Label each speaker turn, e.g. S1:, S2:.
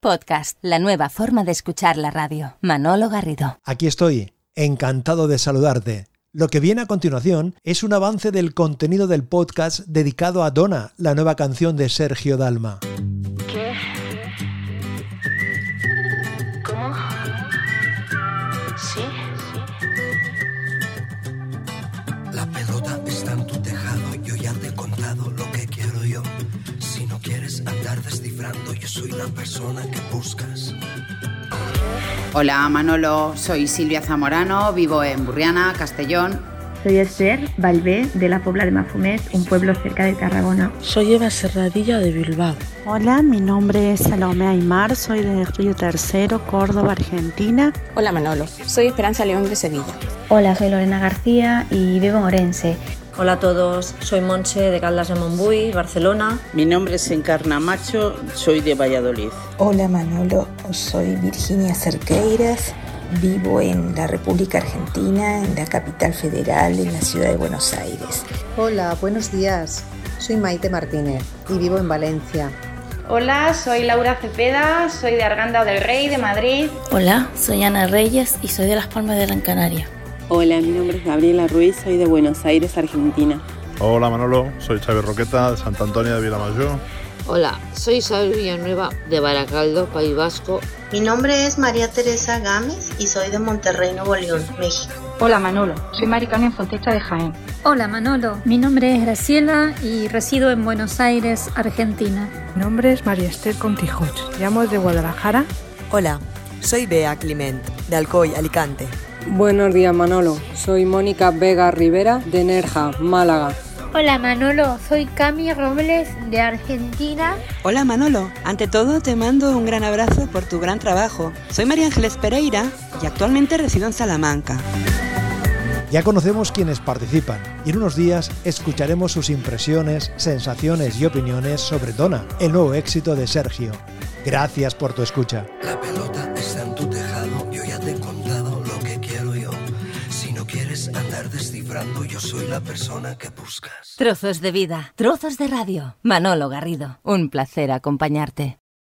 S1: Podcast, la nueva forma de escuchar la radio. Manolo Garrido.
S2: Aquí estoy, encantado de saludarte. Lo que viene a continuación es un avance del contenido del podcast dedicado a Donna, la nueva canción de Sergio Dalma.
S3: ¿Qué? ¿Cómo? ¿Sí?
S4: La pelota está en tu tejado, yo ya te he contado lo que quiero yo. Si no quieres andar descifrando, yo soy la persona que buscas.
S5: Hola Manolo, soy Silvia Zamorano, vivo en Burriana, Castellón.
S6: Soy Esther Valvé de la Pobla de Mafumet, un pueblo cerca de Tarragona.
S7: Soy Eva Serradilla de Bilbao.
S8: Hola, mi nombre es Salomé Aymar, soy de Río Tercero, Córdoba, Argentina.
S9: Hola Manolo, soy Esperanza León de Sevilla.
S10: Hola, soy Lorena García y vivo en Orense.
S11: Hola a todos, soy Monche de Caldas de Montbui, Barcelona.
S12: Mi nombre es Encarna Macho, soy de Valladolid.
S13: Hola Manolo, soy Virginia Cerqueiras, vivo en la República Argentina, en la capital federal, en la ciudad de Buenos Aires.
S14: Hola, buenos días, soy Maite Martínez y vivo en Valencia.
S15: Hola, soy Laura Cepeda, soy de Arganda del Rey, de Madrid.
S16: Hola, soy Ana Reyes y soy de Las Palmas de Gran Canaria.
S17: Hola, mi nombre es Gabriela Ruiz, soy de Buenos Aires, Argentina.
S18: Hola Manolo, soy Xavier Roqueta de Santa Antonia de Vilamayor.
S19: Hola, soy Isabel Villanueva de Baracaldo, País Vasco.
S20: Mi nombre es María Teresa Gámez y soy de Monterrey, Nuevo León, México.
S4: Hola Manolo, soy Maricarmen Fontecha de Jaén.
S1: Hola Manolo, mi nombre es Graciela y resido en Buenos Aires, Argentina.
S12: Mi nombre es María Esther Contijoch, llamo de Guadalajara.
S15: Hola, soy Bea Clement, de Alcoy, Alicante.
S13: Buenos días Manolo, soy Mónica Vega Rivera de Nerja, Málaga.
S11: Hola Manolo, soy Cami Robles de Argentina.
S16: Hola Manolo, ante todo te mando un gran abrazo por tu gran trabajo. Soy María Ángeles Pereira y actualmente resido en Salamanca.
S2: Ya conocemos quienes participan y en unos días escucharemos sus impresiones, sensaciones y opiniones sobre Donna, el nuevo éxito de Sergio. Gracias por tu escucha.
S4: La pelota está en tu tejado, yo ya te he contado lo que quiero yo. Si no quieres andar descifrando, yo soy la persona que buscas.
S1: Trozos de vida, trozos de radio. Manolo Garrido, un placer acompañarte.